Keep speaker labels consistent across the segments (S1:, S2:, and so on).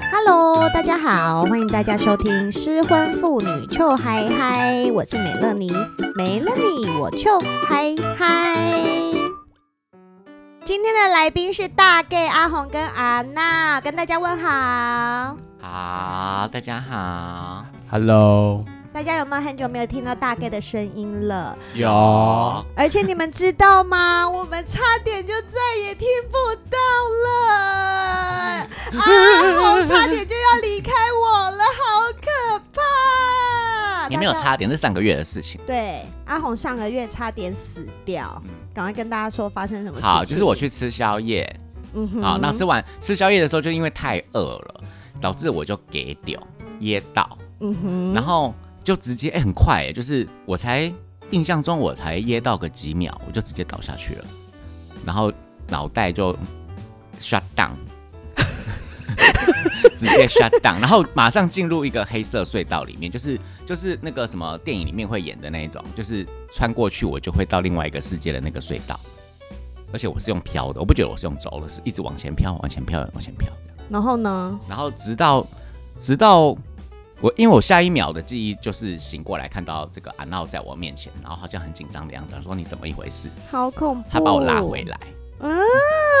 S1: Hello，大家好，欢迎大家收听《失婚妇女糗嗨嗨》，我是美乐妮，没了你我糗嗨嗨。今天的来宾是大 gay 阿红跟阿娜，跟大家问好。
S2: 好，大家好，
S3: Hello，
S1: 大家有没有很久没有听到大 gay 的声音了？
S3: 有
S1: 而且你们知道吗？我们差点就再也听不到了，阿红差点就要离开我了，好可 怕！
S2: 也没有
S1: 大家
S2: 差点，是上个月的事情。
S1: 对，阿红上个月差点死掉，赶快跟大家说发生什么事情。
S2: 嗯好，就是我，去吃宵夜，
S1: 嗯哼
S2: 好，那吃完吃宵夜的时候，就因为太饿了，导致我就给丢噎到，
S1: 嗯哼，
S2: 然后就直接哎、很快哎、就是我才印象中我才噎到个几秒，我就直接倒下去了，然后脑袋就 shut down，直接 shut down，然后马上进入一个黑色隧道里面，就是就是那个什么电影里面会演的那一种，就是穿过去我就会到另外一个世界的那个隧道。而且我是用飘的，我不觉得我是用走的，是一直往前飘，往前飘，往前飘这样
S1: 然后呢？
S2: 然后直到直到我，因为我下一秒的记忆就是醒过来，看到这个阿闹在我面前，然后好像很紧张的样子，他说你怎么一回事？
S1: 好恐怖！
S2: 他把我拉回来，
S1: 嗯，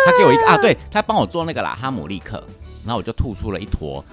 S2: 他给我一个啊，对他帮我做那个啦哈姆立克，然后我就吐出了一坨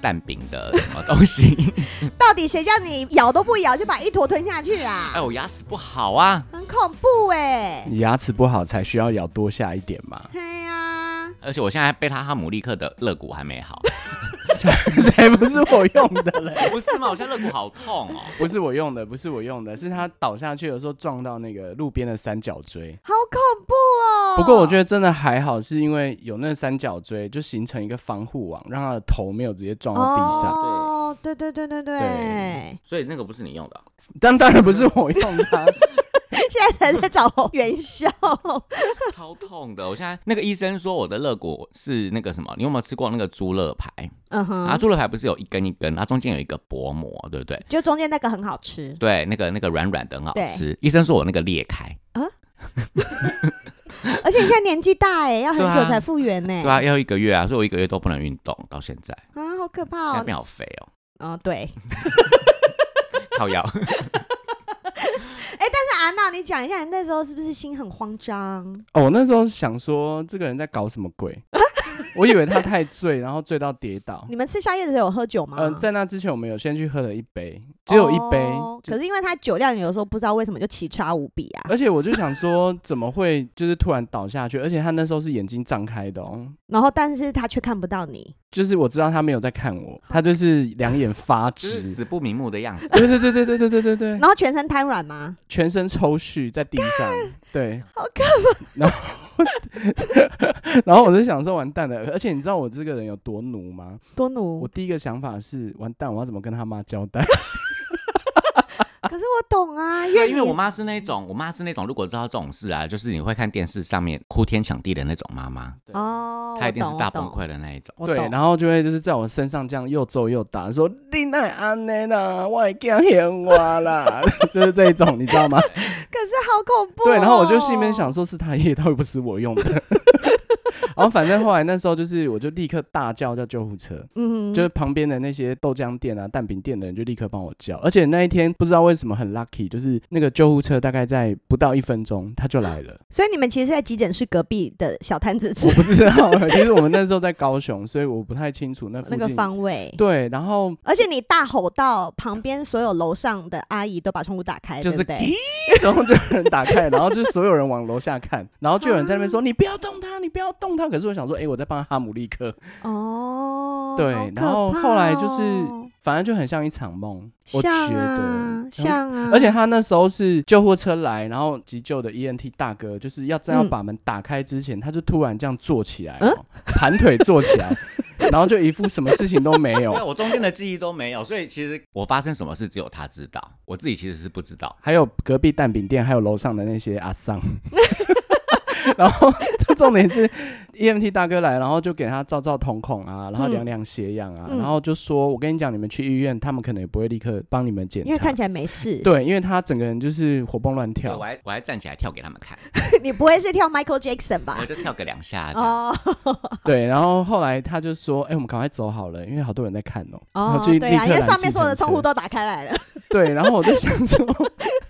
S2: 蛋饼的什么东 西，
S1: 到底谁叫你咬都不咬就把一坨吞下去啊？
S2: 哎，我牙齿不好啊，
S1: 很恐怖哎、？
S3: 你牙齿不好才需要咬多下一点嘛
S1: 嘿呀、
S2: 而且我现在被他哈姆立克的肋骨还没好，
S3: 才不是我用的嘞，
S2: 哦不是吗？我现在肋骨好痛哦。
S3: 不是我用的，不是我用的，是他倒下去的时候撞到那个路边的三角锥。
S1: 好恐怖哦！
S3: 不过我觉
S1: 得
S3: 得真的还好，是因为有那三角锥就形成一个防护网，让他的头没有直接撞到地上。
S1: 哦，对对对对对，
S3: 对
S2: 所以那个不是你用的哦、
S3: 但当然不是我用的啊、
S1: 现在才在找元宵，
S2: 啊超痛的！我现在那个医生说我的肋骨是那个什么，你有没有吃过那个猪肋排？
S1: 嗯哼，
S2: 啊，猪肋排不是有一根一根，它中间有一个薄膜，对不对？
S1: 就中间那个很好吃，
S2: 对，那个那个软软的很好吃。医生说我那个裂开，
S1: 而且你现在年纪大哎，要很
S2: 对啊
S1: 久才复原呢、
S2: 对啊，要一个月啊，所以我一个月都不能运动，到现在
S1: 啊，好可
S2: 现
S1: 怕
S2: 在
S1: 哦！
S2: 变好肥哦，
S1: 嗯，对。
S2: 靠腰。
S1: 但是阿娜，你讲一下，你那时候是不是心很慌
S2: 嗯
S1: 张？
S3: 哦，我那时候想说这个人在搞什么鬼， 我以为他太醉，然后醉到跌倒。
S1: 你们吃宵夜的时候有喝酒吗？
S3: 嗯、在那之前我们有先去喝了一杯，只有一杯，
S1: 哦可是因为他酒量有的时候不知道为什么就奇差无比
S2: 呃
S1: 啊，
S3: 而且我就想说，怎么会就是突然倒下去？而且他那时候是眼睛张开的哦，
S1: 然后但是他却看不到你，
S3: 就是我知道他没有在看我，他就是两眼发
S2: 就是
S3: 直。
S2: 死不瞑目的样子。
S3: 对对对对对对对对对
S1: 然，后全身瘫软吗？
S3: 全身抽搐在地上，对，
S1: 好
S3: 可怕。然后， 然后我就想说，完蛋了。而且你知道我这个人有多奴吗？
S1: 多
S3: 我
S1: 奴，
S3: 第一个想法是，完蛋，我要怎么跟他妈交代？
S1: 可是我懂啊，因
S2: 对，
S1: 为
S2: 因为我
S1: 你
S2: 妈是那种，我妈是那种，如果知道这种事啊，就是你会看电视上面哭天抢地的那种妈妈，
S1: 哦，
S2: 她一定是大崩
S1: 我懂，
S2: 溃的那一种。
S1: 我懂
S3: 对，然后就会就是在我身上这样又揍又打，说你奈安内啦，我已经嫌我啦， 就是这一种，你知 道吗？
S1: 可是好恐怖、哦。哦
S3: 对，然后我就心里面想，说，是他噎到，又不是我用的。 然后反正后来那时候就是，我就立刻大叫叫救护车，
S1: 嗯哼，
S3: 就是旁边的那些豆浆店啊、蛋饼店的人就立刻帮我叫。而且那一天不知道为什么很 lucky，就是那个救护车大概在不到一分钟他就来 了。
S1: 所以你们其实，在急诊室隔壁的小摊子吃
S3: 我不知道，其实我们那时候在高雄，所以我不太清楚那附
S1: 那
S3: 近。
S1: 个方位，
S3: 对，然后
S1: 而且你大吼到旁边所有楼上的阿姨都把窗户打开，
S3: 就
S1: 对
S3: 是
S1: 不对
S3: 咦， 然后就有人打开，然后就是所有人往楼下看，然后就有人在那边
S1: 啊
S3: 说：“你不要动他，你不要动他。”可是我想说，哎、我在帮哈姆立克。
S1: 哦，
S3: 对
S1: 好可
S3: 然后
S1: 怕
S3: 后来就是
S1: 哦
S3: 反正就很像一场梦，我觉
S1: 像啊
S3: 得，然后
S1: 像啊，
S3: 而且他那时候是救护车来，然后急救的 ENT 大哥就是要正要
S1: 嗯
S3: 把门打开之前，他就突然这样坐起来、哦，盘腿坐起 来，然后就一副什么事情都没
S2: 对，
S3: 有。
S2: 我中间的记忆都没有，所以其实我发生什么事只有他知道，我自己其实是不知道。
S3: 还有隔壁蛋饼店，还有楼上的那些阿桑， 然后重点是 EMT 大哥来，然后就给他照照瞳孔啊，然后
S1: 嗯
S3: 量量血氧啊，
S1: 嗯
S3: 然后就说：“我跟你讲，你们去医院，他们可能也不会立刻帮你们检
S1: 因为
S3: 查
S1: 看。起来没事。
S3: 对，因为他整个人就是活蹦乱
S2: 对
S3: 跳
S2: 我，还我还站起来跳给他们看，
S1: 你不会是跳 Michael Jackson 吧
S2: 我？就跳个两下这样。
S1: 哦
S3: 对。然后后来他就说：“哎、我们赶快走好了，因为好多人在看哦、然
S1: 哦
S3: 后就，立刻
S1: 对啊，因为
S3: 拦
S1: 上
S3: 计
S1: 面所有的
S3: 程
S1: 窗户
S3: 车
S1: 都打开来了，
S3: 对。然后我就想说，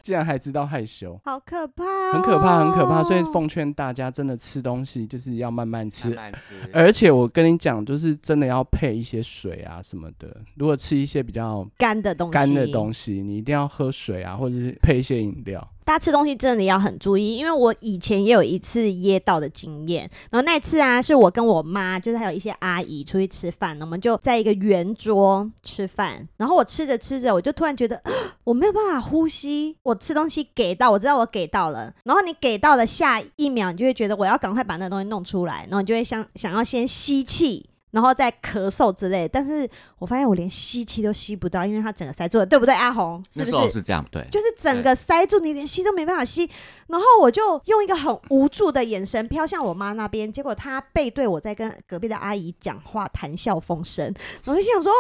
S3: 竟然还知道害羞。
S1: 好可怕哦，
S3: 很可怕，很可怕，所以奉劝大家，真的吃东西就是要慢慢吃，
S2: 慢慢吃
S3: 而且我跟你讲，就是真的要配一些水啊什么的。如果吃一些比较
S1: 干的东西，
S3: 干的东西，你一定要喝水啊，或者是配一些饮料。
S1: 大家吃东西真的要很注意，因为我以前也有一次噎到的经验。然后那次啊，是我跟我妈，就是还有一些阿姨出去吃饭，我们就在一个圆桌吃饭。然后我吃着吃着，我就突然觉得 我没有办法呼吸，我吃东西给到，我知道我给到了。然后你给到了下一秒，你就会觉得我要赶快把那个东西弄出来，然后你就会想想要先吸气。然后再咳嗽之类的，但是我发现我连吸气都吸不到，因为它整个塞住了，对不对？阿红是
S2: 那
S1: 不
S2: 时
S1: 是？
S2: 候是这样，对，
S1: 就是整个塞住，你连吸都没办法吸。然后我就用一个很无助的眼神飘向我妈那边，结果她背对我在跟隔壁的阿姨讲话，谈笑风生。然后我就想说，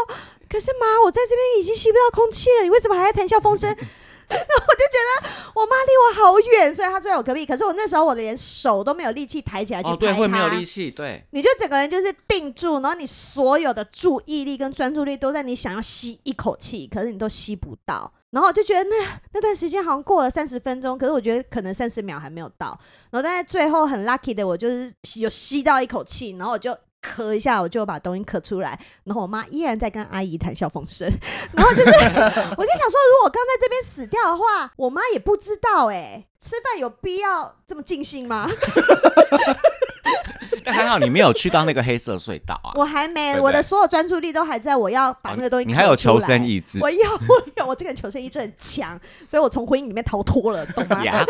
S1: 可是妈，我在这边已经吸不到空气了，你为什么还在谈笑风生？ 然后我就觉得我妈离我好远，所以她坐在我隔壁。可是我那时候我连手都没有力气抬起来去拍她，
S2: 哦，对，会没有力气，对，
S1: 你就整个人就是定住，然后你所有的注意力跟专注力都在你想要吸一口气，可是你都吸不到。然后我就觉得那那段时间好像过了三十分钟，可是我觉得可能三十秒还没有到。然后但是最后很 lucky 的，我就是有吸到一口气，然后我就咳一下，我就把东西咳出来。然后我妈依然在跟阿姨谈笑风生。 然后就是我就想说，如果我刚在这边死掉的话，我妈也不知道哎、吃饭有必要这么尽兴吗？
S2: 但还好你没有去到那个黑色隧道啊。
S1: 我还没，
S2: 对不对
S1: 我的所有专注力都还在我要把那个东西、
S2: 哦你还有求生。意志
S1: 我要，我有，我这个人求生意志很强，所以我从婚姻里面逃脱了，懂吗？
S2: 呀？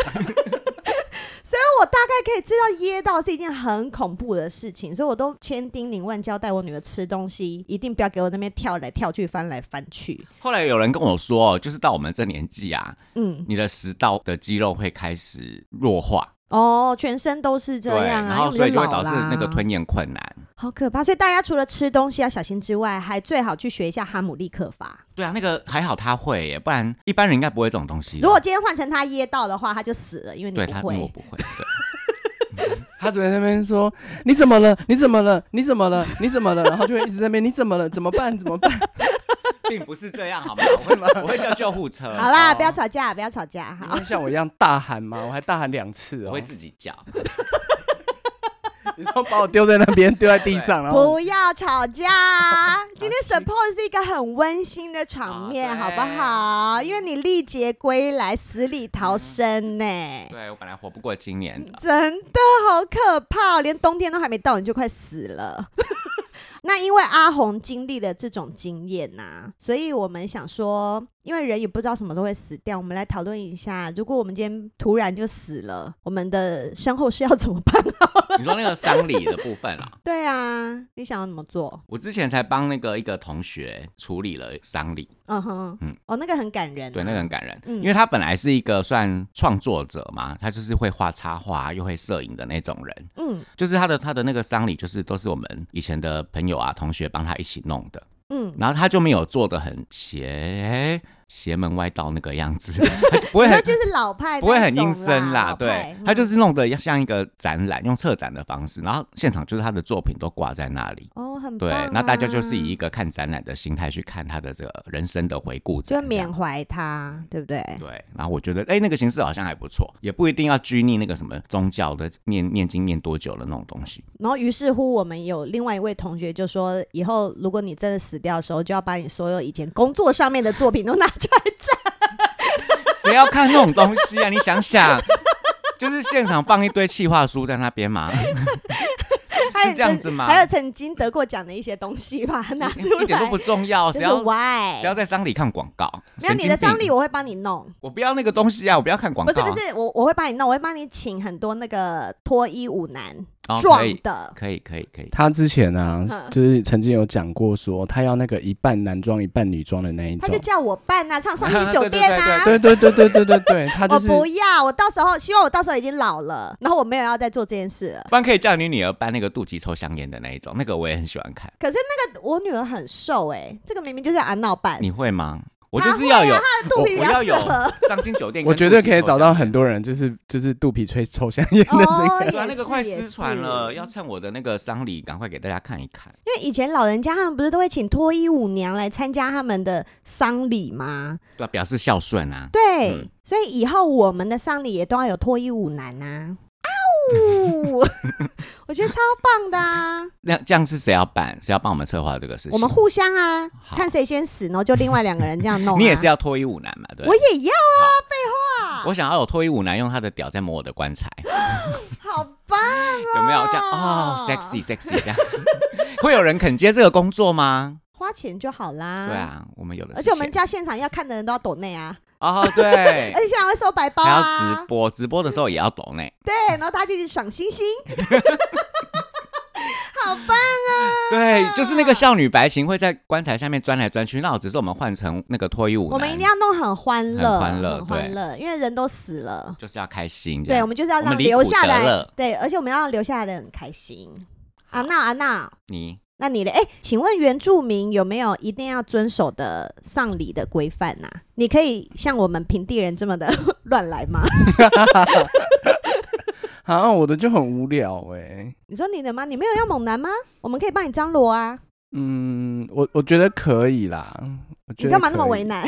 S1: 所以我大概可以知道噎到是一件很恐怖的事情，所以我都千叮咛万交代我女儿吃东西一定不要给我那边跳来跳去、翻来翻去。
S2: 后来有人跟我说，哦就是到我们这年纪啊，
S1: 嗯，
S2: 你的食道的肌肉会开始弱化，
S1: 哦，全身都是这
S2: 对，
S1: 样啊，
S2: 然后
S1: 因为
S2: 所以
S1: 我
S2: 就
S1: 们
S2: 会
S1: 老
S2: 导致
S1: 啦
S2: 那个吞咽困难。
S1: 好可怕。所以大家除了吃东西要小心之外，还最好去学一下哈姆立克法。
S2: 对啊，那个还好他会耶，不然一般人应该不会这种东西。
S1: 如果今天换成他噎到的话，他就死了，因为你
S2: 啊对
S1: 不
S2: 他，因为我
S1: 会。
S2: 不 会。对
S3: 他就在那边说：“你怎么了？你怎么了？你怎么了？你怎么了？”然后就会一直在那边：“你怎么了？怎么办？怎么办
S2: 并不是这 样，好吗？我会我会叫救护车。
S1: 嗯好啦，
S2: 哦
S1: 不要吵架，不要吵架，？”
S3: 你
S1: 好。
S3: 会像我一样大喊吗？我还大喊两次
S2: 我
S3: 哦
S2: 会。自己叫。
S3: 你说把我丢在那边，丢在地上，然后
S1: 不要吵 架，今天 support 是一个很温馨的场面，
S2: 啊
S1: 好
S2: 对
S1: 不好？因为你历劫归来，死里逃生呢、
S2: 对我本来活不过今年的，
S1: 真的好可怕哦、连冬天都还没到，你就快死了。 那因为阿红经历了这种经验呐、所以我们想说，因为人也不知道什么时候会死掉，我们来讨论一下，如果我们今天突然就死了，我们的身后事要怎么办？
S2: 你说那个丧礼的部分啊，
S1: 对啊，你想要怎么做？
S2: 我之前才帮那个一个同学处理了丧礼，
S1: 嗯哼，
S2: 嗯
S1: 哦，那个很感人、啊，
S2: 对，那个很感人，
S1: 嗯
S2: 因为他本来是一个算创作者嘛，他就是会画插画啊又会摄影的那种人，
S1: 嗯
S2: 就是他的他的那个丧礼就是都是我们以前的朋友啊同学帮他一起弄的，
S1: 嗯，
S2: 然后他就没有做的很邪邪门歪道那个样子，他就不会
S1: 那
S2: 很
S1: 就是老派那一种啦，
S2: 不会很阴森啦，
S1: 老
S2: 对
S1: 派，嗯
S2: 他就是弄得像一个展览，用策展的方式，然后现场就是他的作品都挂在那里。
S1: 嗯哦，很
S2: 对
S1: 棒啊，
S2: 那大家就是以一个看展览的心态去看他的这个人生的回顾
S1: 就
S2: 展这样，
S1: 缅怀他，对不对？
S2: 对，然后我觉得，哎，那个形式好像还不错，也不一定要拘泥那个什么宗教的念念经念多久的那种东西。
S1: 然后于是乎，我们有另外一位同学就说，以后如果你真的死掉的时候，就要把你所有以前工作上面的作品都拿出来展。
S2: 谁要看那种东西啊？你想想，就是现场放一堆企划书在那边嘛，
S1: 还 有你
S2: 这样
S1: 曾
S2: 子吗
S1: 还有曾经得过奖的一些东西吧，拿出来。
S2: 一点都不重要，
S1: 就
S2: 谁
S1: 是
S2: 要
S1: why？
S2: 谁要在丧礼看广告？
S1: 没有
S2: 神
S1: 你的
S2: 经病
S1: 丧礼，，我会帮你弄。
S2: 我不要那个东西啊，我不要看广
S1: 不
S2: 告。
S1: 是不是，我我会帮你弄，我会帮你请很多那个脱衣舞男，
S2: 哦
S1: 撞
S2: 可以
S1: 的，
S2: 可以可以可以，
S3: 他之前啊
S1: 嗯，
S3: 就是曾经有讲过说，他要那个一半男装一半女装的那一
S1: 他就
S3: 种。
S1: 叫我办 啊，唱商业酒店啊。
S3: 对对对对对对对，他就
S1: 我
S3: 是
S1: 不要，我到时候希望我到时候已经老了，然后我没有要再做这件事 了。
S2: 不然可以叫你女儿搬那个肚脐抽香烟的那一种，那个我也很喜欢看。
S1: 可是那个我女儿很瘦哎、这个明明就是俺老板，
S2: 你会吗？我
S1: 她
S2: 就是
S1: 会
S2: 要
S1: 啊
S2: 有，
S1: 她的肚皮比
S2: 我
S1: 较
S2: 要
S1: 适
S2: 有
S1: 合。
S2: 上金酒店，
S3: 我绝对可以找到很。多人，就是就是肚皮吹抽香烟的这个。
S1: 哦，也
S2: 对啊，那
S1: 是
S2: 个快
S1: 也
S2: 失传
S1: 是
S2: 了，要趁我的那个丧礼，赶快给大家看一看。
S1: 因为以前老人家他们不是都会请脱衣舞娘来参加他们的丧礼吗？
S2: 对啊，表示孝顺啊。
S1: 对，
S2: 嗯
S1: 所以以后我们的丧礼也都要有脱衣舞男 啊！ 啊呜，我觉得超棒的啊！
S2: 那这样是谁要办？谁要帮我们策划这个事情？
S1: 我们互相啊，
S2: 好
S1: 看谁先死，然后就另外两个人这样弄、
S2: 你也是
S1: 要，
S2: 要脱衣舞男嘛？对不
S1: 我
S2: 对，
S1: 也要啊！废话，
S2: 我想要有脱衣舞男用他的屌在摸我的棺材，
S1: 好棒哦！
S2: 有没有这样？哦，sexy sexy 这样， 会有人肯接这个工作吗？
S1: 花钱就好啦。
S2: 对。啊，我们有的是钱，
S1: 而且我们叫现场要看的人都要抖内啊，
S2: 哦 对
S1: 而，且现场会收白包
S2: 还要
S1: 啊
S2: 直，播，直播的时候也要抖内。
S1: 对，然后大家就一直赏 星星，好棒啊！
S2: 对，就是那个少女白情会在棺材下面钻来钻去，那我只是我们换成那个脱衣舞男，
S1: 我们一定要弄很欢乐，
S2: 很欢乐
S1: 很欢乐，因为人都死了。
S2: 就是要开心这
S1: 对，
S2: 样。
S1: 我们就是要
S2: 我
S1: 让
S2: 们离
S1: 留下
S2: 苦得
S1: 来
S2: 乐，
S1: 对，而且我们要让留下来的人很开心。啊闹啊闹，
S2: 你
S1: 那你嘞？哎，请问原住民有没有一定要遵守的丧礼的规范呐、你可以像我们平地人这么的 乱来吗？
S3: 啊，我的就很无聊哎、
S1: 你说你的吗？你没有要猛男吗？我们可以帮你张罗啊，
S3: 嗯，我我觉得可以啦。我觉
S1: 你
S3: 得
S1: 干嘛那么
S3: 可以
S1: 为？难？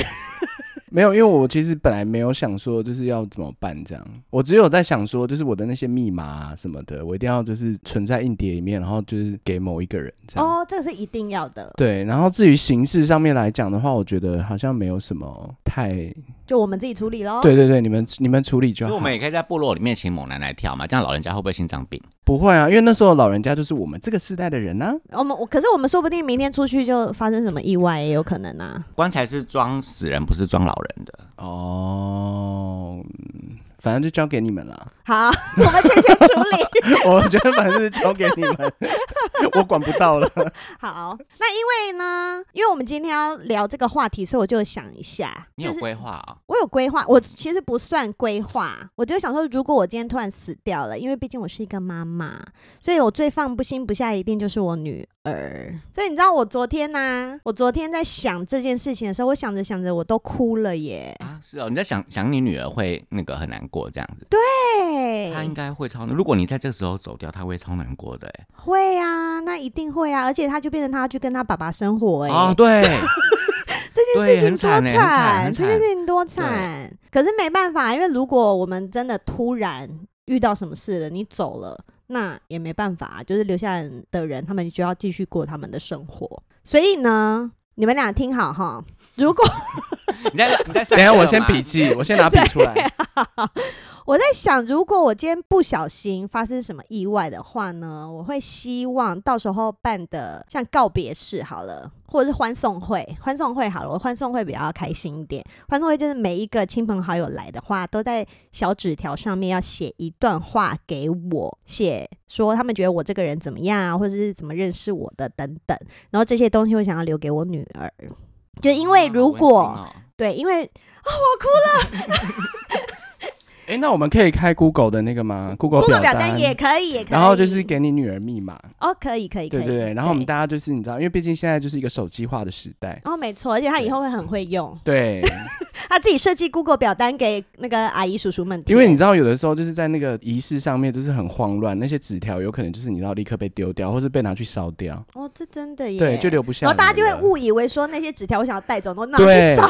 S3: 没有，因为我其实本来没有想说就是要怎么办这样，我只有在想说就是我的那些密码、啊、什么的，我一定要就是存在硬碟里面，然后就是给某一个人这样。
S1: 哦，这个是一定要的。
S3: 对，然后至于形式上面来讲的话，我觉得好像没有什么太……
S1: 就我们自己处理喽。
S3: 对对对，你们你们处理就
S2: 因为
S3: 好。
S2: 我们也可以在部落里面请猛男来跳嘛，这样老人家会不会心脏病？
S3: 不会啊，因为那时候老人家就是我们这个世代的人啊。
S1: 我们我可是我们说不定明天出去就发生什么意外也有可能 啊。
S2: 棺材是装死人，不是装老人的。
S3: 哦，嗯反正就交给你们啦。
S1: 好，我们全权处理。
S3: 我觉得反正是交给你们， 我管不到了。
S1: 好，那因为呢，因为我们今天要聊这个话题，所以我就想一下，
S2: 你有
S1: 就是
S2: 规划啊？
S1: 我有规划，我其实不算规划，我就想说，如果我今天突然死掉了，因为毕竟我是一个妈妈，所以我最放不心不下一定就是我女儿。所以你知道我昨天呢、我昨天在想这件事情的时候，我想着想着我都哭了耶。
S2: 啊，是哦，你在想想你女儿会那个很难过这样子，
S1: 对，
S2: 她应该会超。如果你在这时候走掉，她会超难过的哎。
S1: 会啊，那一定会啊，而且他就变成他要去跟他爸爸生活哎、
S2: 啊，对，
S1: 这件事情多
S2: 对很惨欸很惨很
S1: 这件
S2: 惨
S1: 事情多惨。可是没办法，因为如果我们真的突然遇到什么事了，你走了，那也没办法，啊就是留下来的人，他们就要继续过他们的生活。所以呢，你们俩听好哈，如果
S2: 你在你在上
S3: 等一下
S2: 课
S3: 我先
S2: 吗
S3: 笔 记，我先拿笔出来。
S1: 我在想，如果我今天不小心发生什么意外的话呢，我会希望到时候办的像告别式好了，或者是欢送会，欢送会好了，我欢送会比较开心一点。欢送会就是每一个亲朋好友来的话，都在小纸条上面要写一段话给我，写说他们觉得我这个人怎么样啊，或者是怎么认识我的等等。然后这些东西我想要留给我女儿，就因为
S2: 啊
S1: 如
S2: 好温
S1: 果、
S2: 馨哦
S1: 对，因为
S3: 哎、那我们可以开 Google 的那个吗？Google
S1: 工作表
S3: 单
S1: 单也可以，也可以。
S3: 然后就是给你女儿密码，
S1: 哦，可以，可以，可
S3: 对
S1: 以。
S3: 对对。然后我们大家就是你知道，因为毕竟现在就是一个手机化的时代，
S1: 哦，没错，而且他以后会很会用，
S3: 对，
S1: 他自己设计 Google 表单给那个阿姨叔叔们哦填。
S3: 因为你知道有的时候就是在那个仪式上面就是很慌乱，那些纸条有可能就是你知道立刻被丢掉，或是被拿去烧掉，
S1: 哦，这真的耶，
S3: 对，就留不下
S1: 然
S3: 来
S1: 后大
S3: 了。
S1: 家就会误以为说那些纸条我想要带走，我拿去
S3: 对
S1: 烧，我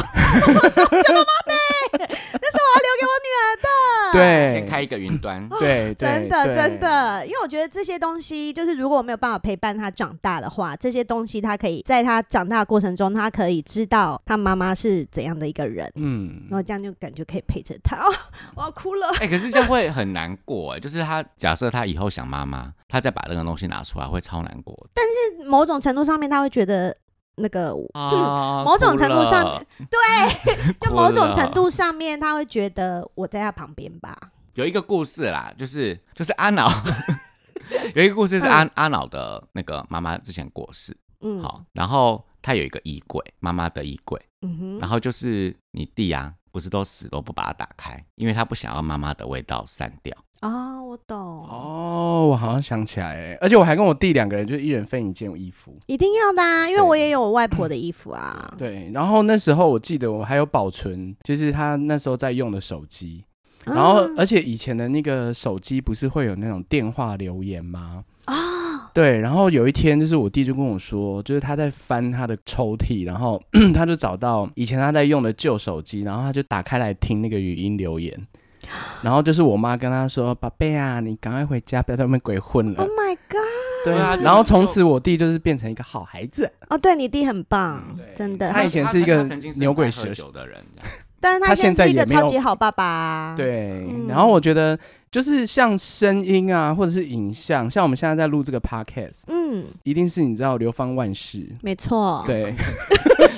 S1: 说就他妈呗，那是我要留给我女儿的。
S3: 对
S2: 先，开一个云端，
S3: 对，对
S1: 真的
S3: 对
S1: 真的，因为我觉得这些东西，就是如果我没有办法陪伴他长大的话，这些东西他可以在他长大的过程中，他可以知道他妈妈是怎样的一个人，
S3: 嗯
S1: 然，后这样就感觉可以陪着他。 哦，我要哭了。
S2: 哎、可是这样会很难过哎，就是他假设他以后想妈妈，他再把那个东西拿出来，会超难过 的
S1: 某种程度上面，他会觉得那个
S2: 啊
S1: 某种程度上
S2: 哭了
S1: 就
S2: 哭
S1: 某种
S3: 啊
S2: 了
S1: 程度上面，他会觉得我在他旁边吧。
S2: 有一个故事啦，就是就是阿脑， 有一个故事是阿阿脑的那个妈妈之前过世，
S1: 嗯，
S2: 好，然后她有一个衣柜，妈妈的衣柜，
S1: 嗯哼，
S2: 然后就是你弟啊，不是都死都不把它打开，因为他不想要妈妈的味道散掉。
S1: 啊，我懂，
S3: 哦，我好像想起来了，而且我还跟我弟两个人，就一人分一件衣
S2: 嗯
S3: 服。
S1: 一定要的啊，因为
S3: 对
S1: 我也有我外婆的衣服啊。
S3: 对，然后那时候我记得我还有保存，就是他那时候在用的手机。
S1: 啊，
S3: 嗯然后，哎而且以前的那个手机不是会有那种电话留言吗？
S1: 啊，
S3: 对，然后有一天就是我弟就跟我说，就是他在翻他的抽屉，然后 他就找到以前他在用的旧手机，然后他就打开来听那个语音留言，然后就是我妈跟他说：“宝贝啊，你赶快回家，不要在外面鬼混了。
S1: Oh my god！
S2: 对
S3: 对
S2: 啊
S3: 啊，
S2: 就是
S3: 然后从此我弟就是变成一个好孩子，
S1: 哦，对你弟很棒，
S3: 嗯对
S1: 真的。
S3: 他以前是一个
S2: 他曾经是
S3: 牛鬼
S2: 很爱喝
S3: 蛇
S2: 酒的人，这样
S1: 但是
S3: 他
S1: 现
S3: 现
S1: 在
S3: 在
S1: 是一个
S3: 也没有
S1: 超级好爸爸啊。
S3: 对，
S1: 嗯
S3: 然后我觉得就是像声音啊，或者是影像，像我们现在在录这个 podcast，
S1: 嗯，
S3: 一定是你知道流芳万世，
S1: 没错，
S3: 对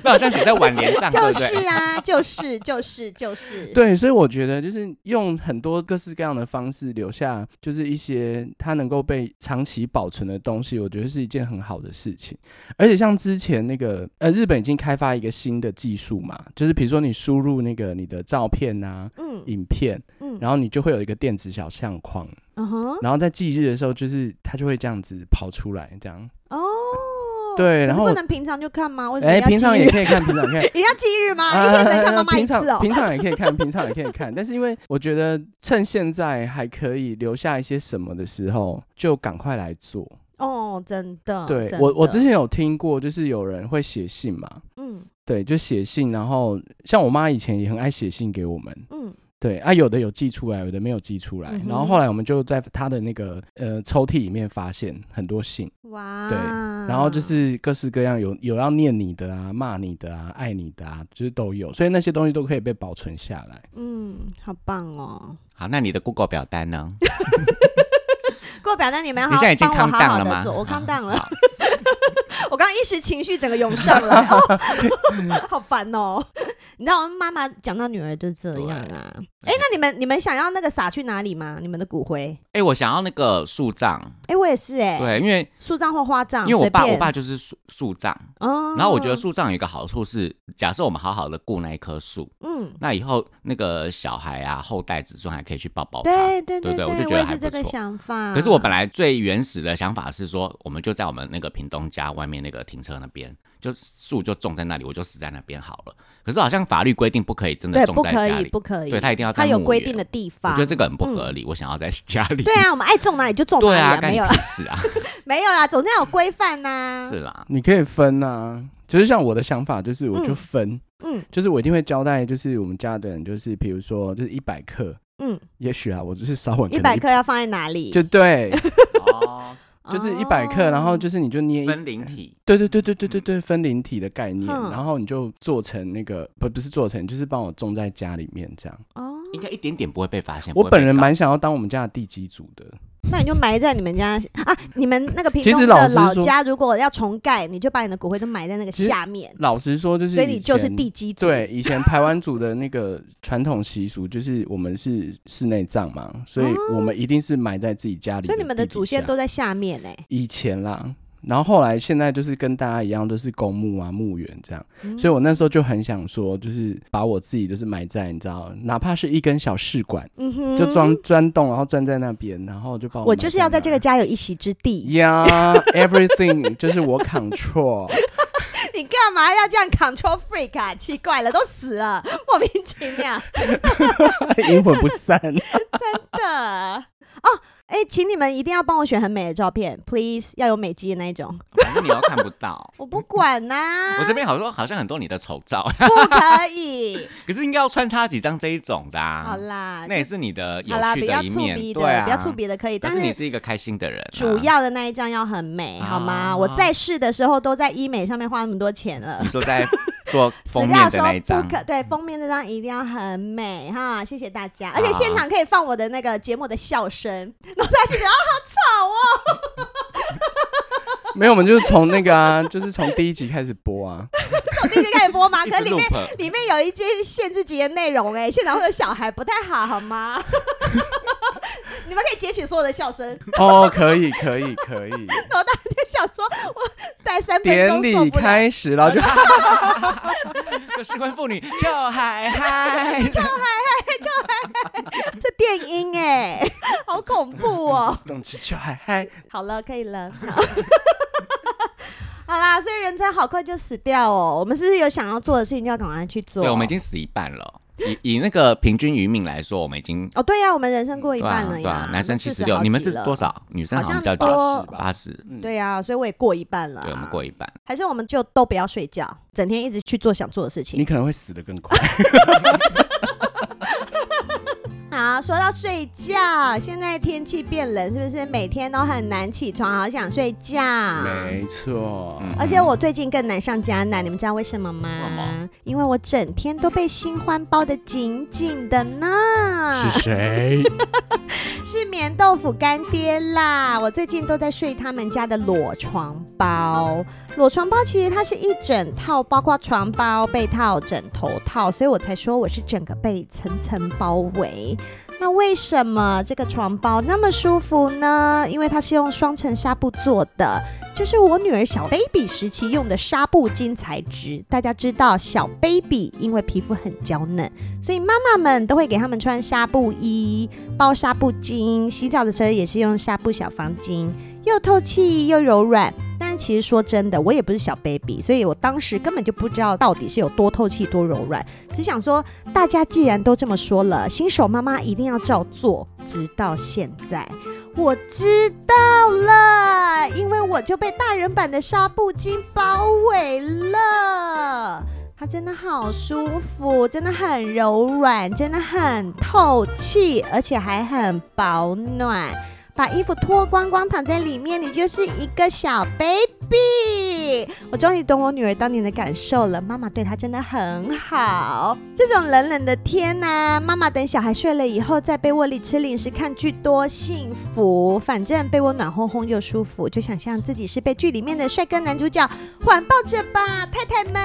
S2: 那好像写在挽联上，对
S1: 就
S2: 不对？
S1: 是啊，就是就是就是，
S3: 对，所以我觉得就是用很多各式各样的方式留下，就是一些它能够被长期保存的东西，我觉得是一件很好的事情。而且像之前那个呃，日本已经开发一个新的技术嘛，就是比如说你输入那个你的照片啊、
S1: 嗯
S3: 影片，
S1: 嗯，
S3: 然后你就会有一个电子小相框。
S1: 嗯哼，
S3: 然后在忌日的时候，就是它就会这样子跑出来，这样。
S1: 哦，
S3: 对
S1: 可
S3: 然
S1: 是
S3: 后
S1: 不
S3: 我
S1: 能平常就看吗？为什么
S3: 哎，
S1: 哦要
S3: 平常
S1: 忌
S3: 也
S1: 日？。
S3: 可以看，平常也可以
S1: 一定要忌日吗？
S3: 啊
S1: 一天只能看妈妈一
S3: 平
S1: 次哦
S3: 常。平常也可以 看，平常也可以看，但是因为我觉得趁现在还可以留下一些什么的时候，就赶快来做。
S1: 哦，真的。
S3: 对
S1: 真
S3: 我，我
S1: 的
S3: 之前有听过，就是有人会写信嘛，
S1: 嗯
S3: 对，就写信，然后像我妈以前也很爱写信给我们，
S1: 嗯
S3: 对啊，有的有寄出来，有的没有寄出来，
S1: 嗯哼
S3: 然后后来我们就在她的那个呃抽屉里面发现很多信。
S1: 哇，
S3: 对
S1: 啊
S3: 然后就是各式各样有有要念你的啊、骂你的啊、爱你的啊，就是都有，所以那些东西都可以被保存下来。
S1: 嗯，好棒哦。
S2: 好，那你的 Google 表单呢？
S1: 过表单你们要
S2: 你现在已经
S1: 帮我
S2: calm
S1: 好
S2: down
S1: 好
S2: 了
S1: 的
S2: 吗
S1: 做，我
S2: 好
S1: 康当了。 我刚刚一时情绪整个涌上 来，哦、好烦哦！你知道妈妈讲到女儿就这样啊。哎、那你们你们想要那个撒去哪里吗？你们的骨灰？
S2: 哎，我想要那个树葬，
S1: 哎、我也是哎、
S2: 对，因为
S1: 树葬或花葬，
S2: 因为我
S1: 嗯
S2: 爸
S1: 随
S2: 我
S1: 便
S2: 爸，就是树树葬，
S1: 嗯
S2: 然后我觉得，树葬有一个好处是，假设我们好好的顾那一棵树，
S1: 嗯，
S2: 那以后那个小孩啊、后代子孙还可以去抱抱它。
S1: 对对啊对，
S2: 对对我就觉得
S1: 也
S2: 还
S1: 是这
S2: 不
S1: 个
S2: 错
S1: 想法。
S2: 可是我本来最原始的想法是说，我们就在我们那个屏东家外面那个停车那边，就树就种在那里，我就死在那边好了。可是好像法律规定不可以真的
S1: 对
S2: 种
S1: 不
S2: 在
S1: 可
S2: 家
S1: 以
S2: 里，
S1: 不可以，
S2: 对他一定要在
S1: 它有
S2: 墓
S1: 规
S2: 园
S1: 定的地
S2: 我
S1: 方。嗯
S2: 觉得这个很不合理。我想要在 家里，
S1: 对啊，我们爱种哪里就种
S2: 对
S1: 哪
S2: 啊，
S1: 里，没
S2: 干你
S1: 有
S2: 屁
S1: 啦，
S2: 事 啊，
S1: 没有啦，总要有规范呐。
S2: 是啦。
S3: 你可以分啊，就是像我的想法，就是我就分，
S1: 嗯
S3: 就是我一定会交代，就是我们家的人，就是比如说就是一百克，
S1: 嗯，
S3: 也许啊，我就是稍晚
S1: 一
S3: 可能
S1: 百克要放在哪里？
S3: 就对，
S2: 哦，
S3: 就是一百克，然后
S1: 就
S3: 就是你就捏一。
S2: 分灵体，
S3: 对对对对对对对，分灵体的概念，
S1: 哼
S3: 然后你就做成那个不不是做成，就是帮我种在家里面这样。
S1: 哦，
S2: 应该一点点不会被发现。
S3: 我
S2: 不会被
S3: 本人
S2: 告
S3: 蛮想要当我们家的地基组的，
S1: 那你就埋在你们家啊，你们那个屏
S3: 其实
S1: 东
S3: 老
S1: 的
S3: 实
S1: 老
S3: 说
S1: 家，如果要重盖，你就把你的骨灰都埋在那个下面，
S3: 老实说，就是
S1: 所以你就是
S3: 前
S1: 地基组。
S3: 对，以前排湾族的那个传统习俗，就是我们是室内葬嘛，所以我们一定是埋在自己家里。
S1: 哦所以你们的祖先都在下面哎、
S3: 以前啦，然后后来现在就是跟大家一样，都是公墓啊、墓园这样。
S1: 嗯
S3: 所以我那时候就很想说，就是把我自己就是埋在，你知道，哪怕是一根小试管，
S1: 嗯哼，
S3: 就钻钻洞，然后钻在那边，然后就把
S1: 我就是要在这个
S3: 家。
S1: 家有一席之地。
S3: Yeah，everything 就是我 control。
S1: 你干嘛要这样 control freak 啊？奇怪了，都死了，莫名其妙
S3: 阴魂不散。
S1: 的哦。哎、请你们一定要帮我选很美的照片，please，要有美肌的那一种。。
S2: 反正你又看不到
S1: 我不管呐、
S2: 我这边好像好像很多你的丑照，
S1: 不可以。
S2: 可是应该要穿插几张这一种的、 啊。
S1: 好，啦，
S2: 那也是你的有
S1: 好啦，
S2: 趣
S1: 比
S2: 的
S1: 较
S2: 一
S1: 触
S2: 面，
S1: 鼻的，
S2: 对啊，
S1: 比较触。鼻的可以，但
S2: 但是你
S1: 是
S2: 是一个开心的人、啊，
S1: 主要的那一张要很美，好吗？
S2: 啊
S1: 我在世的时候都在医美上面花那么多钱了
S2: 你。说在做
S1: 死
S2: 封
S1: 掉
S2: 面
S1: 的
S2: 的
S1: 时候
S2: 那一 张嗯
S1: 不，可对封面那张一定要很美哈，谢谢大家，
S2: 好
S1: 而且现场可以放我的那个节目的笑声，然后大家就觉得啊 好
S3: 没有，我们就是从那个啊，就是从第一集开始播啊。
S1: 吵哦，从第一集开始播嘛，
S2: 一
S1: 可
S2: 直
S1: 是里面
S2: loop，
S1: 里面有一些限制级的内容哎、现场会有小孩不太好好吗？ 你们可以截取所有的笑声。
S3: 哦，可以，可以，可 以。
S1: 我当天想说，我待三分
S3: 典
S1: 钟受
S3: 礼
S1: 不了。
S3: 开始，然后就
S2: 就失婚妇女跳海 嗨，
S1: 这电音哎、好恐怖哦！
S3: 咚哧就嗨嗨，
S1: 好了，可以了。好好啦，所以人才好快就死掉哦。我们是不是有想要做的事情就要赶快去做？
S2: 对，我们已经死一半了。以以那个平均余命来说，我们已经
S1: 哦，对呀、我们人生过一
S2: 对
S1: 半
S2: 啊
S1: 了呀。
S2: 对啊，男生七
S1: 四
S2: 十
S1: 十
S2: 六，
S1: 好
S2: 你们
S1: 几
S2: 是
S1: 了
S2: 多？少？女生
S1: 好
S2: 好
S1: 像
S2: 像比较
S1: 多
S2: 久，八十，
S1: 对呀、所以我也过一半了、啊
S2: 对，我们过一半。
S1: 还是我们就都不要睡觉，整天一直去做想做的事情
S3: 你。可能会死得更 快。
S1: 啊，说到睡觉，现在天气变冷，是不是每天都很难起床，好想睡觉？
S3: 没错，
S2: 嗯
S1: 而且我最近更难上加难，你们知道为什么吗？
S2: 为什么
S1: 因为我整天都被新欢包得紧紧的呢。
S3: 是谁？
S1: 是棉豆腐干爹啦！我最近都在睡他们家的裸床包。裸床包其实它是一整套，包括床包、被套、枕头套，所以我才说我是整个被层层包围。那为什么这个床包那么舒服呢？因为它是用双层纱布做的，就是我女儿小 baby 时期用的纱布巾材质。大家知道，小 baby 因为皮肤很娇嫩，所以妈妈们都会给他们穿纱布衣。包纱布巾，洗澡的时候也是用纱布小方巾，又透气又柔软。但其实说真的，我也不是小 baby，所以我当时根本就不知道到底是有多透气、多柔软，只想说大家既然都这么说了，新手妈妈一定要照做。直到现在，我知道了，因为我就被大人版的纱布巾包围了。它真的好舒服，真的很柔软，真的很透气，而且还很保暖。把衣服脱光光躺在里面，你就是一个小 baby。我终于懂我女儿当年的感受了，妈妈对她真的很好。这种冷冷的天呐、妈妈等小孩睡了以后，在被窝里吃零食看剧，多幸福！反正被窝暖烘烘又舒服，就想象自己是被剧里面的帅哥男主角环抱着吧，太太们。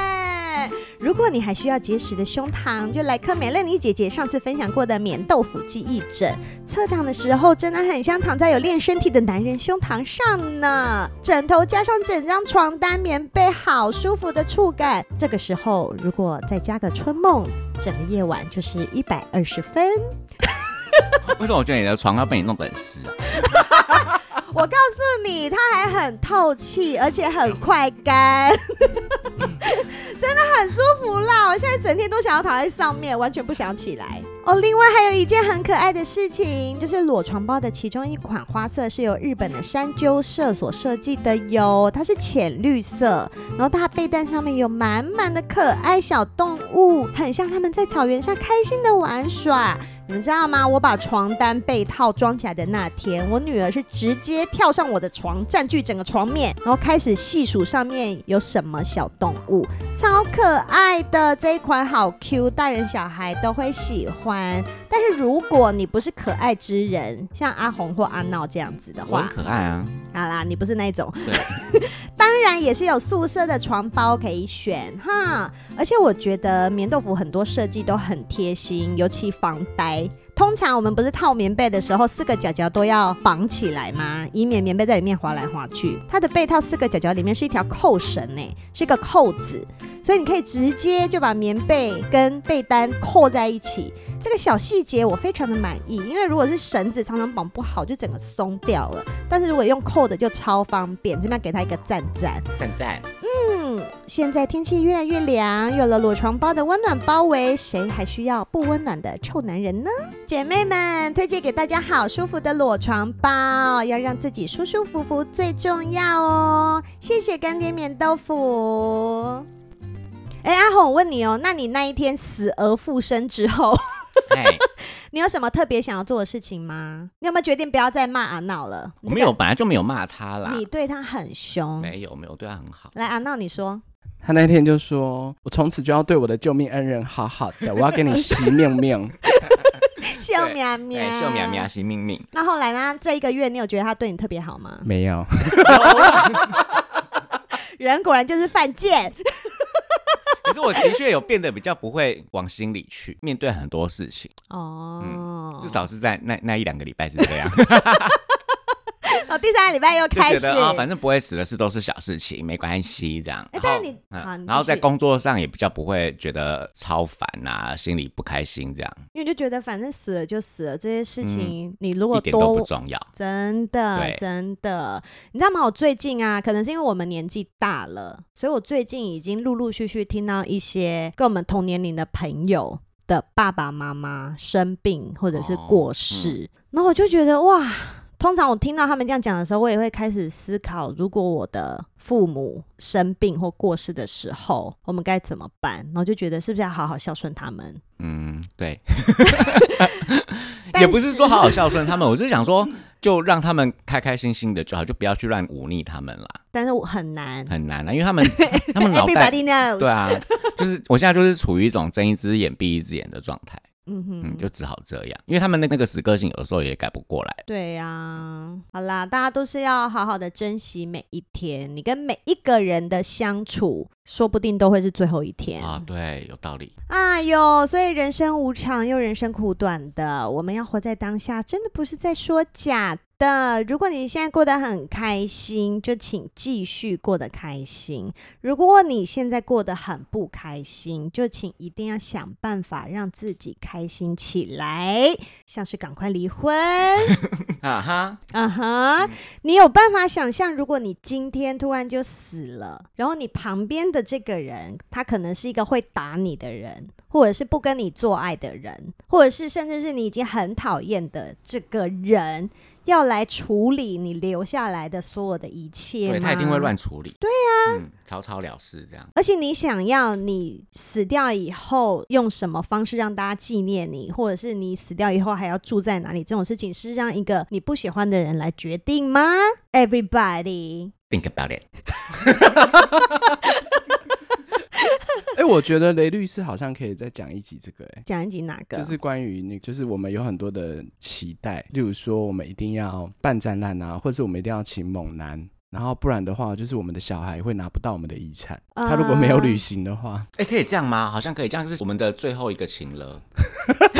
S1: 如果你还需要结实的胸膛，就来颗美乐妮姐姐上次分享过的棉豆腐记忆枕。侧躺的时候，真的很像躺在有练身体的男人胸膛上呢。枕头加上整张床单、棉被，好舒服的触感。这个时候，如果再加个春梦，整个夜晚就是一百二十分。
S2: 为什么我觉得你的床要被你弄得很湿啊？
S1: 我告诉你，它还很透气，而且很快干， 真的很舒服啦！我现在整天都想要躺在上面，完全不想起来。哦，另外还有一件很可爱的事情，就是裸床包的其中一款花色是由日本的山鸠社所设计的哟，它是浅绿色，然后它被单上面有满满的可爱小动物，很像他们在草原上开心的玩耍。你们知道吗？我把床单被套装起来的那天，我女儿是直接跳上我的床，占据整个床面，然后开始细数上面有什么小动物，超可爱的这一款好 Q，大人小孩都会喜欢。但是如果你不是可爱之人，像阿红或阿闹这样子的
S2: 我很
S1: 话，
S2: 可爱啊，
S1: 好啦，你不是那一种，
S2: 对，
S1: 当然也是有宿舍的床包可以选哈，而且我觉得棉豆腐很多设计都很贴心，尤其防呆。通常我们不是套棉被的时候，四个角角都要绑起来吗？以免棉被在里面滑来滑去。它的被套四个角角里面是一条扣绳诶、是一个扣子，所以你可以直接就把棉被跟被单扣在一起。这个小细节我非常的满意，因为如果是绳子常常绑不好，就整个松掉了。但是如果用扣的就超方便，这边给它一个赞赞。
S2: 赞赞。
S1: 嗯，现在天气越来越凉，有了裸床包的温暖包围，谁还需要不温暖的臭男人呢？姐妹们，推荐给大家好舒服的裸床包，要让自己舒舒服服最重要哦。谢谢干爹棉豆腐。哎，阿红，我问你哦，那你那一天死而复生之后，
S2: 哎，
S1: 你有什么特别想要做的事情吗？你有没有决定不要再骂阿闹了？
S2: 我没有，本来就没有骂他啦，
S1: 你对他很凶。
S2: 没有没有，我对他很好。
S1: 来，阿闹，你说，
S3: 他那天就说：“我从此就要对我的救命恩人好好的，我要给你洗面面。
S1: 秀喵喵，
S2: 哎，秀苗苗。是命命，
S1: 那后来呢？这一个月，你有觉得他对你特别好吗”？
S3: 没有，
S1: 人果然就是犯贱。
S2: 可是我的确有变得比较不会往心里去，面对很多事情，
S1: 哦，
S2: 嗯至少是在那那一两个礼拜是 这样，
S1: 哦，第三个礼拜又
S2: 就
S1: 开
S2: 觉
S1: 始，
S2: 得啊、反正不会死的事都是小事情，没关系这样。
S1: 哎
S2: 然
S1: 但
S2: 后
S1: 你好你继
S2: 嗯，然后在
S1: 续
S2: 工作上也比较不会觉得超烦啊，心里不开心这样，
S1: 因为就觉得反正死了就死了，这些事情、你如
S2: 嗯一
S1: 果
S2: 点都
S1: 多
S2: 不重要。
S1: 真的
S2: 对
S1: 真的，你知道吗？我最近啊，可能是因为我们年纪大了，所以我最近已经陆陆续续听到一些跟我们同年龄的朋友的爸爸妈妈生病或者是
S2: 哦
S1: 过世，然后我就觉得哇。通常我听到他们这样讲的时候，我也会开始思考，如果我的父母生病或过世的时候，我们该怎么办？然后就觉得是不是要好好孝顺他们？
S2: 嗯， 对，
S1: 但
S2: 也不是说好好孝顺他们，我是想说，就让他们开开心心的就好，就不要去乱忤逆他们啦，
S1: 但是我很难。
S2: 很难啊，因为他 们他们脑袋
S1: Everybody knows，
S2: 对啊，就是我现在就是处于一种睁一只眼闭一只眼的状态，
S1: 嗯哼，
S2: 嗯，就只好这样，因为他们的那个死个性有时候也改不过来。
S1: 对呀、好啦，大家都是要好好的珍惜每一天，你跟每一个人的相处，说不定都会是最后一天。
S2: 啊，对，有道理。
S1: 哎呦，所以人生无常，又人生苦短的，我们要活在当下，真的不是在说假的。如果你现在过得很开心，就请继续过得开心；如果你现在过得很不开心，就请一定要想办法让自己开心起来，像是赶快离婚。
S2: 啊 哈，
S1: 啊
S2: 嗯
S1: 哈，你有办法想象，如果你今天突然就死了，然后你旁边的这个人，他可能是一个会打你的人，或者是不跟你做爱的人，或者是甚至是你已经很讨厌的这个人，要来处理你留下来的所有的一切
S2: 对
S1: 吗
S2: 他一定会乱处理。对呀、嗯，草草了事这样。
S1: 而且你想要你死掉以后用什么方式让大家纪念你，或者是你死掉以后还要住在哪里，这种事情是让一个你不喜欢的人来决定吗？Everybody，
S2: Think about it。
S3: 哎、我觉得雷律师好像可以再讲一集这个、哎。
S1: 讲一集哪个？
S3: 就是关于那，就是我们有很多的期待，例如说我们一定要办展览啊，或者是我们一定要请猛男，然后不然的话，就是我们的小孩会拿不到我们的遗产。
S1: 啊
S3: 他如果没有旅行的话，
S2: 哎、可以这样吗？好像可以这样，是我们的最后一个情了。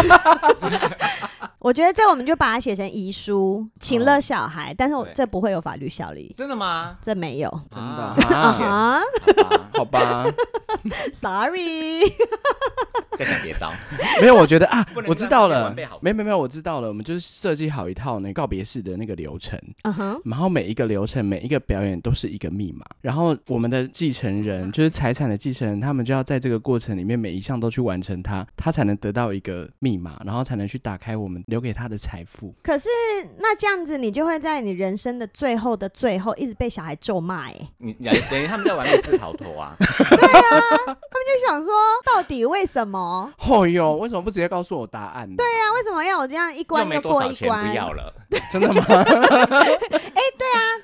S1: 啊我觉得这我们就把它写成遗书，请了小孩，但是我
S2: 对
S1: 这不会有法律效力，
S2: 真的吗？
S1: 这没有。
S3: 真的
S2: 啊
S1: 啊
S3: 啊，
S1: 哈
S2: 好吧
S3: 好吧，
S1: ，sorry，
S2: 再想别招。
S3: 没有，我觉得啊
S2: 不，能
S3: 我知道
S2: 让他
S3: 了
S2: 们备好，
S3: 没没没有，我知道了，我们就是设计好一套那个告别式的那个流程，
S1: 嗯哼，
S3: 然后每一个流程、每一个表演都是一个密码，然后我们的继承人就是啊财产的继承人，他们就要在这个过程里面每一项都去完成它，他才能得到一个密码，然后才能去打开我们留给他的财富。
S1: 可是那这样子，你就会在你人生的最后的最后，一直被小孩咒骂、欸。
S2: 你你等于他们在玩密室逃脱啊？
S1: 就想说，到底为什么？
S3: 哦哟，为什么不直接告诉我答案呢？对呀、
S1: 那为什么要我这样一
S2: 又
S1: 关
S2: 没
S1: 又
S2: 多
S1: 过
S2: 少
S1: 一
S2: 钱，
S1: 关
S2: 不？要了。
S3: 真的吗？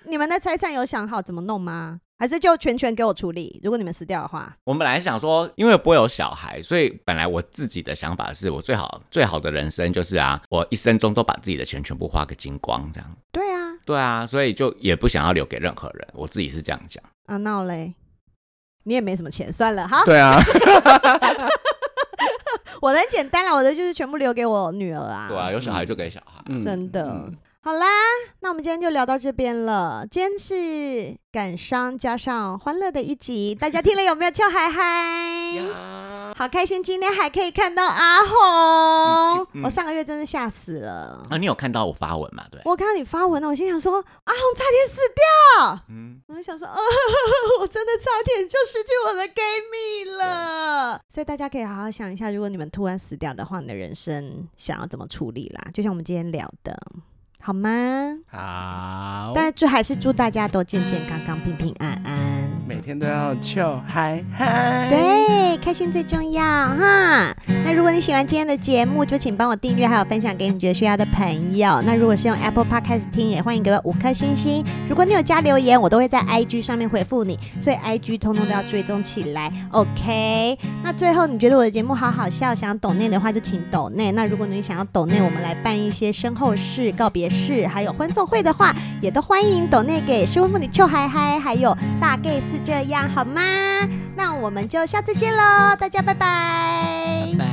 S1: 你们的财产有想好怎么弄吗？还是就全权给我处理？如果你们死掉的话，
S2: 我们本来想说，因为不会有小孩，所以本来我自己的想法是我最好最好的人生就是啊，我一生中都把自己的钱全部花个精光这样。
S1: 对啊，
S2: 对啊，所以就也不想要留给任何人，我自己是这样讲。
S1: 啊闹嘞，你也没什么钱，算了，好，
S3: 对啊，
S1: 我的很简单了，我的就是全部留给我女儿啊，
S2: 对啊，有小孩就给小孩。
S3: 嗯
S1: 真的。
S3: 嗯
S1: 好啦，那我们今天就聊到这边了。今天是感伤加上欢乐的一集，大家听了有没有笑嗨嗨？好开心，今天还可以看到阿红，
S2: 嗯嗯
S1: 我上个月真是吓死了。
S2: 啊，你有看到我发文嘛？对，
S1: 我看到你发文了，我心想说阿红差点死掉，
S2: 嗯，
S1: 我就想说，呃， 我真的差点就失去我的 gay 蜜了。所以大家可以好好想一下，如果你们突然死掉的话，你的人生想要怎么处理啦？就像我们今天聊的，好吗？
S3: 好，
S1: 但就还是祝大家都健健康康、平平安安。
S3: 每天都要秀嗨嗨。
S1: 对，开心最重要哈。那如果你喜欢今天的节目，就请帮我订阅，还有分享给你觉得需要的朋友。那如果是用 Apple Podcast 听，也欢迎给我五颗星星。如果你有加留言，我都会在 IG 上面回复你，所以 IG 通通都要追踪起来，OK？那最后你觉得我的节目好好笑，想要抖内的话就请抖内。那如果你想要抖内，我们来办一些身后事、告别式，还有婚送会的话，也都欢迎抖内给失婚妇女邱嗨嗨，还有大 gay 是这样，好吗？那我我们就下次见喽，大家拜拜。
S2: 拜拜。